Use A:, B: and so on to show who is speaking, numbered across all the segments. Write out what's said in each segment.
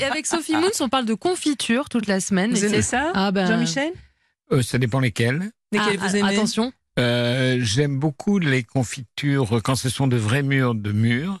A: et avec Sophie Moons, on parle de confiture toute la semaine.
B: Vous
A: Et
B: aimez
A: c'est-
B: ça
A: Ah ben-
B: Jean-Michel
C: Euh, ça dépend lesquels.
B: Lesquels
A: Ah,
B: vous
A: ah,
B: aimez
A: Attention.
C: Euh, J'aime beaucoup les confitures euh, quand ce sont de vrais murs de murs.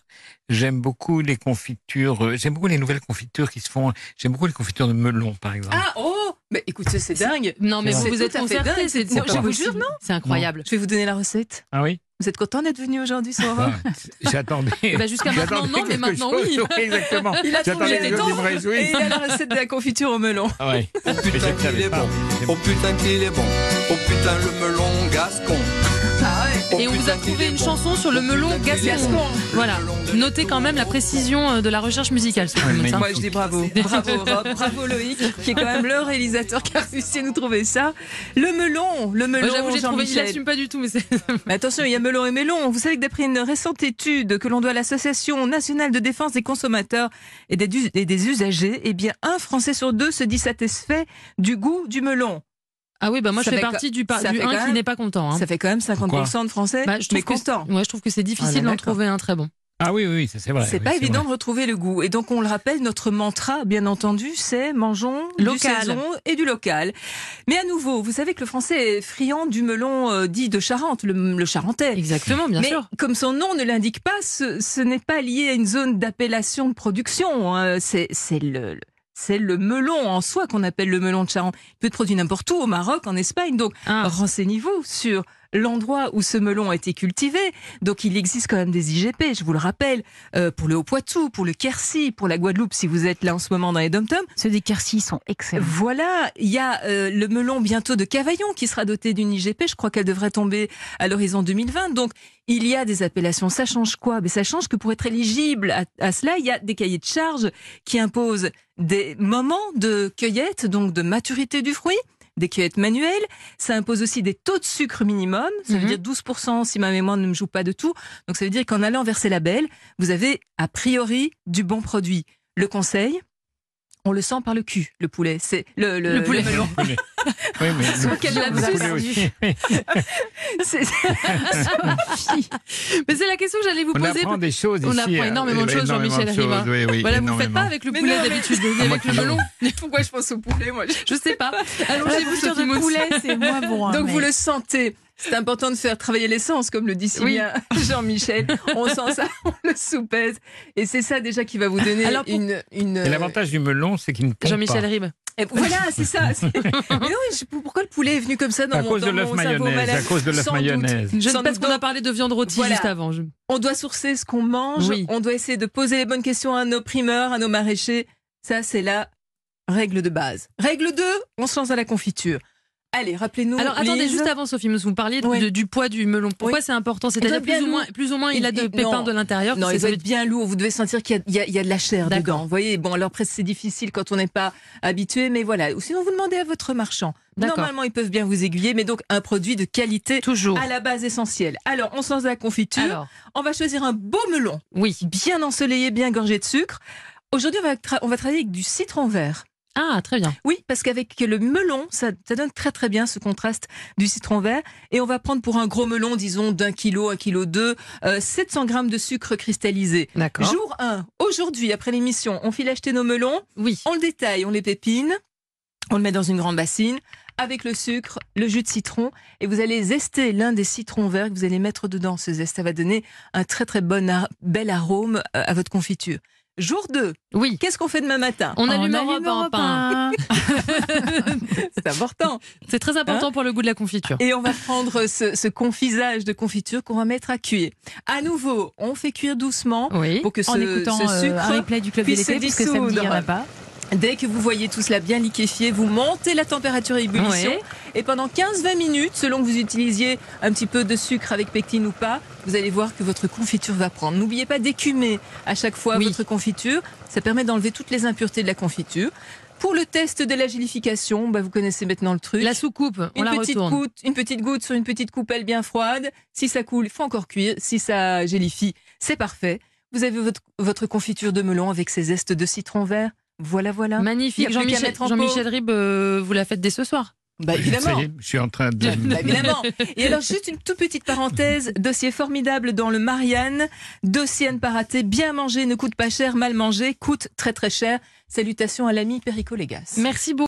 C: J'aime beaucoup les confitures. euh, J'aime beaucoup les nouvelles confitures qui se font. J'aime beaucoup les confitures de melon, par exemple.
B: Ah, oh Mais écoutez, c'est dingue
A: Non, mais
C: C'est
A: vous,
B: vrai.
A: vous êtes
B: C'est tout à fait
A: concertés.
B: dingue.
A: C'est
B: Non,
A: c'est
C: je
A: pas
C: vous
A: possible.
B: jure, non
A: C'est incroyable.
B: Je vais vous donner la recette.
C: Ah oui.
B: Vous êtes content d'être venu aujourd'hui, Sora
C: Ah, J'attendais.
A: Bah, Jusqu'à maintenant,
C: j'attendais
A: non, mais
C: quelque
A: maintenant,
C: chose.
A: oui.
C: exactement.
B: Il a trouvé
C: J'attendais
B: les
C: quelque chose qui me
B: temps et
C: réjouisse.
B: il a la recette de la confiture au melon.
C: Ah ouais.
D: Oh
C: Mais je
D: putain
C: le savais
D: qu'il est
C: pas.
D: bon, oh putain qu'il est bon, oh putain le melon gascon.
B: Ah ouais
D: Oh
A: Et on vous a
D: putain qu'il
A: trouvé
D: est
A: une
D: bon.
A: chanson sur le
D: Oh
A: melon
D: putain qu'il est
A: gascon.
B: Gascon.
A: Voilà. Notez quand même la précision euh, de la recherche musicale. Sophie
C: Ouais,
A: Moons,
C: mais-
A: hein.
B: Moi, je dis bravo. Bravo, Rob. Bravo, Loïc, qui est quand même le réalisateur qui a réussi à nous trouver ça. Le melon, le
A: Moi,
B: melon,
A: Euh, J'avoue, j'ai trouvé, il
B: Jean-Michel.
A: assume pas du tout, mais c'est.
B: Mais attention, il y a melon et melon. Vous savez que d'après une récente étude que l'on doit à l'Association nationale de défense des consommateurs et des, dus- et des usagers, eh bien, un Français sur deux se dit satisfait du goût du melon.
A: Ah oui, bah moi,
B: Ça
A: je fais
B: fait
A: partie du, par-
B: ça
A: du
B: fait
A: 1
B: quand
A: qui
B: même-
A: n'est pas content. hein.
B: Ça fait quand même 50% de Français,
A: Bah, je trouve
B: mais
A: que c'est-
B: contents.
A: ouais, je trouve que c'est difficile d'en
B: d'accord.
A: trouver un très bon.
C: Ah oui, oui, oui, ça c'est vrai.
B: C'est
C: oui,
B: pas évident
C: vrai.
B: de retrouver le goût. Et donc, on le rappelle, notre mantra, bien entendu, c'est mangeons
A: Local.
B: du saison et du local. Mais à nouveau, vous savez que le français est friand du melon euh, dit de Charente, le, le charentais.
A: Exactement, bien
B: Mais
A: sûr.
B: comme son nom ne l'indique pas, ce, ce n'est pas lié à une zone d'appellation de production. hein. C'est c'est le, le- c'est le melon en soi qu'on appelle le melon de Charente. Il peut être produit n'importe où, au Maroc, en Espagne. Donc,
A: Ah.
B: renseignez-vous sur l'endroit où ce melon a été cultivé. Donc il existe quand même des IGP, je vous le rappelle, euh, pour le Haut-Poitou, pour le Quercy, pour la Guadeloupe, si vous êtes là en ce moment dans les dom-toms.
E: Ceux des Quercy sont excellents.
B: Voilà, il y a euh, le melon bientôt de Cavaillon qui sera doté d'une IGP. Je crois qu'elle devrait tomber à l'horizon 2020. Donc, il y a des appellations. Ça change quoi Mais ça change que pour être éligible à, à cela, il y a des cahiers de charges qui imposent des moments de cueillette, donc de maturité du fruit. Des cueillettes manuelles, ça impose aussi des taux de sucre minimum, ça
A: Mhm.
B: veut dire 12% si ma mémoire ne me joue pas de tout. Donc ça veut dire qu'en allant vers ces labels, vous avez a priori du bon produit. Le conseil, on le sent par le cul, le poulet. C'est le, le,
A: Le poulet.
B: le melon.
C: Oui, mais
B: Sur
C: le-
B: quel
C: le
B: lapsus
C: poulet aussi.
B: C'est-
A: Mais c'est la question que j'allais vous
C: On
A: poser.
C: apprend des choses
A: On
C: ici.
A: apprend
C: hein.
A: énormément de choses,
C: Énormément
A: Jean-Michel
C: de choses,
A: Riva.
C: oui, oui,
A: Voilà, vous ne faites pas
C: énormément.
A: avec le
B: Mais
A: poulet
B: non, mais-
A: d'habitude, vous venez
C: Ah, moi
A: avec le
C: qui
A: melon.
B: Pourquoi je pense au poulet moi
A: Je sais pas.
E: La
A: Allongez-vous sur
E: bouture de poulet, c'est moins bon. hein,
B: Donc
E: mais-
B: vous le sentez. C'est important de faire travailler l'essence, comme le dit si
A: Oui.
B: bien Jean-Michel. On sent ça, on le soupèse. Et c'est ça déjà qui va vous donner
A: Alors, pour-
B: une... une euh,
C: Et l'avantage du melon, c'est qu'il ne pompe
A: Jean-Michel
C: pas.
A: Ribes.
B: Et Voilà, c'est ça. c'est- Mais non, je- pourquoi le poulet est venu comme ça dans
C: À
B: mon,
C: cause de
B: dans
C: l'œuf
B: mon cerveau
C: mayonnaise. À
B: malade
C: cause de l'œuf
B: Sans doute.
C: mayonnaise.
A: Je
B: Sans
A: parce
B: doute.
A: qu'on a parlé de viande rôtie
B: Voilà.
A: juste avant. Je-
B: On doit sourcer ce qu'on mange.
A: Oui.
B: On doit essayer de poser les bonnes questions à nos primeurs, à nos maraîchers. Ça, c'est la règle de base. Règle 2, on se lance à la confiture. Allez, rappelez-nous.
A: Alors attendez,
B: Lise.
A: juste avant Sophie, vous me parliez de-
B: Oui.
A: de- du poids du melon. Pourquoi c'est important
B: doit
A: C'est-à-dire
B: être
A: plus
B: bien
A: ou, moins,
B: lourd.
A: plus ou moins il,
B: Eh ben, Il-
A: a de
B: il-
A: pépins
B: non.
A: de l'intérieur.
B: Non,
A: c'est
B: il doit
A: celui-
B: être bien lourd. Vous devez sentir qu'il y a- il y, a- il y a de la chair
A: D'accord.
B: dedans. Vous voyez, bon, alors après, c'est difficile quand on n'est pas habitué, mais voilà. Ou sinon, vous demandez à votre marchand.
A: D'accord.
B: Normalement, ils peuvent bien vous aiguiller, mais donc un produit de qualité
A: Toujours.
B: à la base essentielle. Alors, on sort de la confiture.
A: Alors,
B: On va choisir un beau melon,
A: oui.
B: bien ensoleillé, bien gorgé de sucre. Aujourd'hui, on va, tra- on va travailler avec du citron vert.
A: Ah, très bien.
B: Oui, parce qu'avec le melon, ça, ça donne très très bien ce contraste du citron vert. Et on va prendre pour un gros melon, disons d'un kilo, un kilo deux, euh, 700 grammes de sucre cristallisé.
A: D'accord.
B: Jour 1, aujourd'hui, après l'émission, on file acheter nos melons,
A: Oui.
B: on le détaille, on les pépine, on le met dans une grande bassine, avec le sucre, le jus de citron, et vous allez zester l'un des citrons verts que vous allez mettre dedans. Ce zeste, ça va donner un très très bon, ar- bel arôme euh, à votre confiture. Jour 2,
A: Oui.
B: qu'est-ce qu'on fait demain matin
A: On
E: On
A: allume
E: allume
A: un repas en
E: Europe
A: pain.
E: un.
B: C'est important
A: C'est très
B: Hein?
A: important pour le goût de la confiture.
B: Et on va prendre ce, ce confisage de confiture qu'on va mettre à cuire. À nouveau, on fait cuire doucement
A: Oui.
B: pour que ce,
E: en écoutant
B: ce
E: euh,
B: sucre,
E: un replay du club de
B: puisse
E: l'été,
B: se
E: parce que samedi, il n'y en a
B: dissoudre.
E: pas.
B: dès que vous voyez tout cela bien liquéfié, vous montez la température à ébullition.
A: Ouais.
B: Et pendant 15-20 minutes, selon que vous utilisiez un petit peu de sucre avec pectine ou pas, vous allez voir que votre confiture va prendre. N'oubliez pas d'écumer à chaque fois
A: Oui.
B: votre confiture. Ça permet d'enlever toutes les impuretés de la confiture. Pour le test de la gélification, bah, vous connaissez maintenant le truc.
A: La soucoupe, on
B: une
A: la
B: petite
A: retourne.
B: goutte, une petite goutte sur une petite coupelle bien froide. Si ça coule, il faut encore cuire. Si ça gélifie, c'est parfait. Vous avez votre, votre confiture de melon avec ses zestes de citron vert. Voilà, voilà.
A: Magnifique.
B: hein. Il y a plus qu'à
A: Jean-Michel
B: mettre en
A: Jean-Michel Ribes, euh, vous la faites dès ce soir.
B: Bah,
C: Ça
B: évidemment.
C: y est, je suis en train de.
B: Bah, évidemment. Et alors, juste une toute petite parenthèse. Dossier formidable dans le Marianne. Dossier à ne pas rater. Bien manger ne coûte pas cher. Mal manger coûte très très cher. Salutations à l'ami Perico Légas.
A: Merci beaucoup.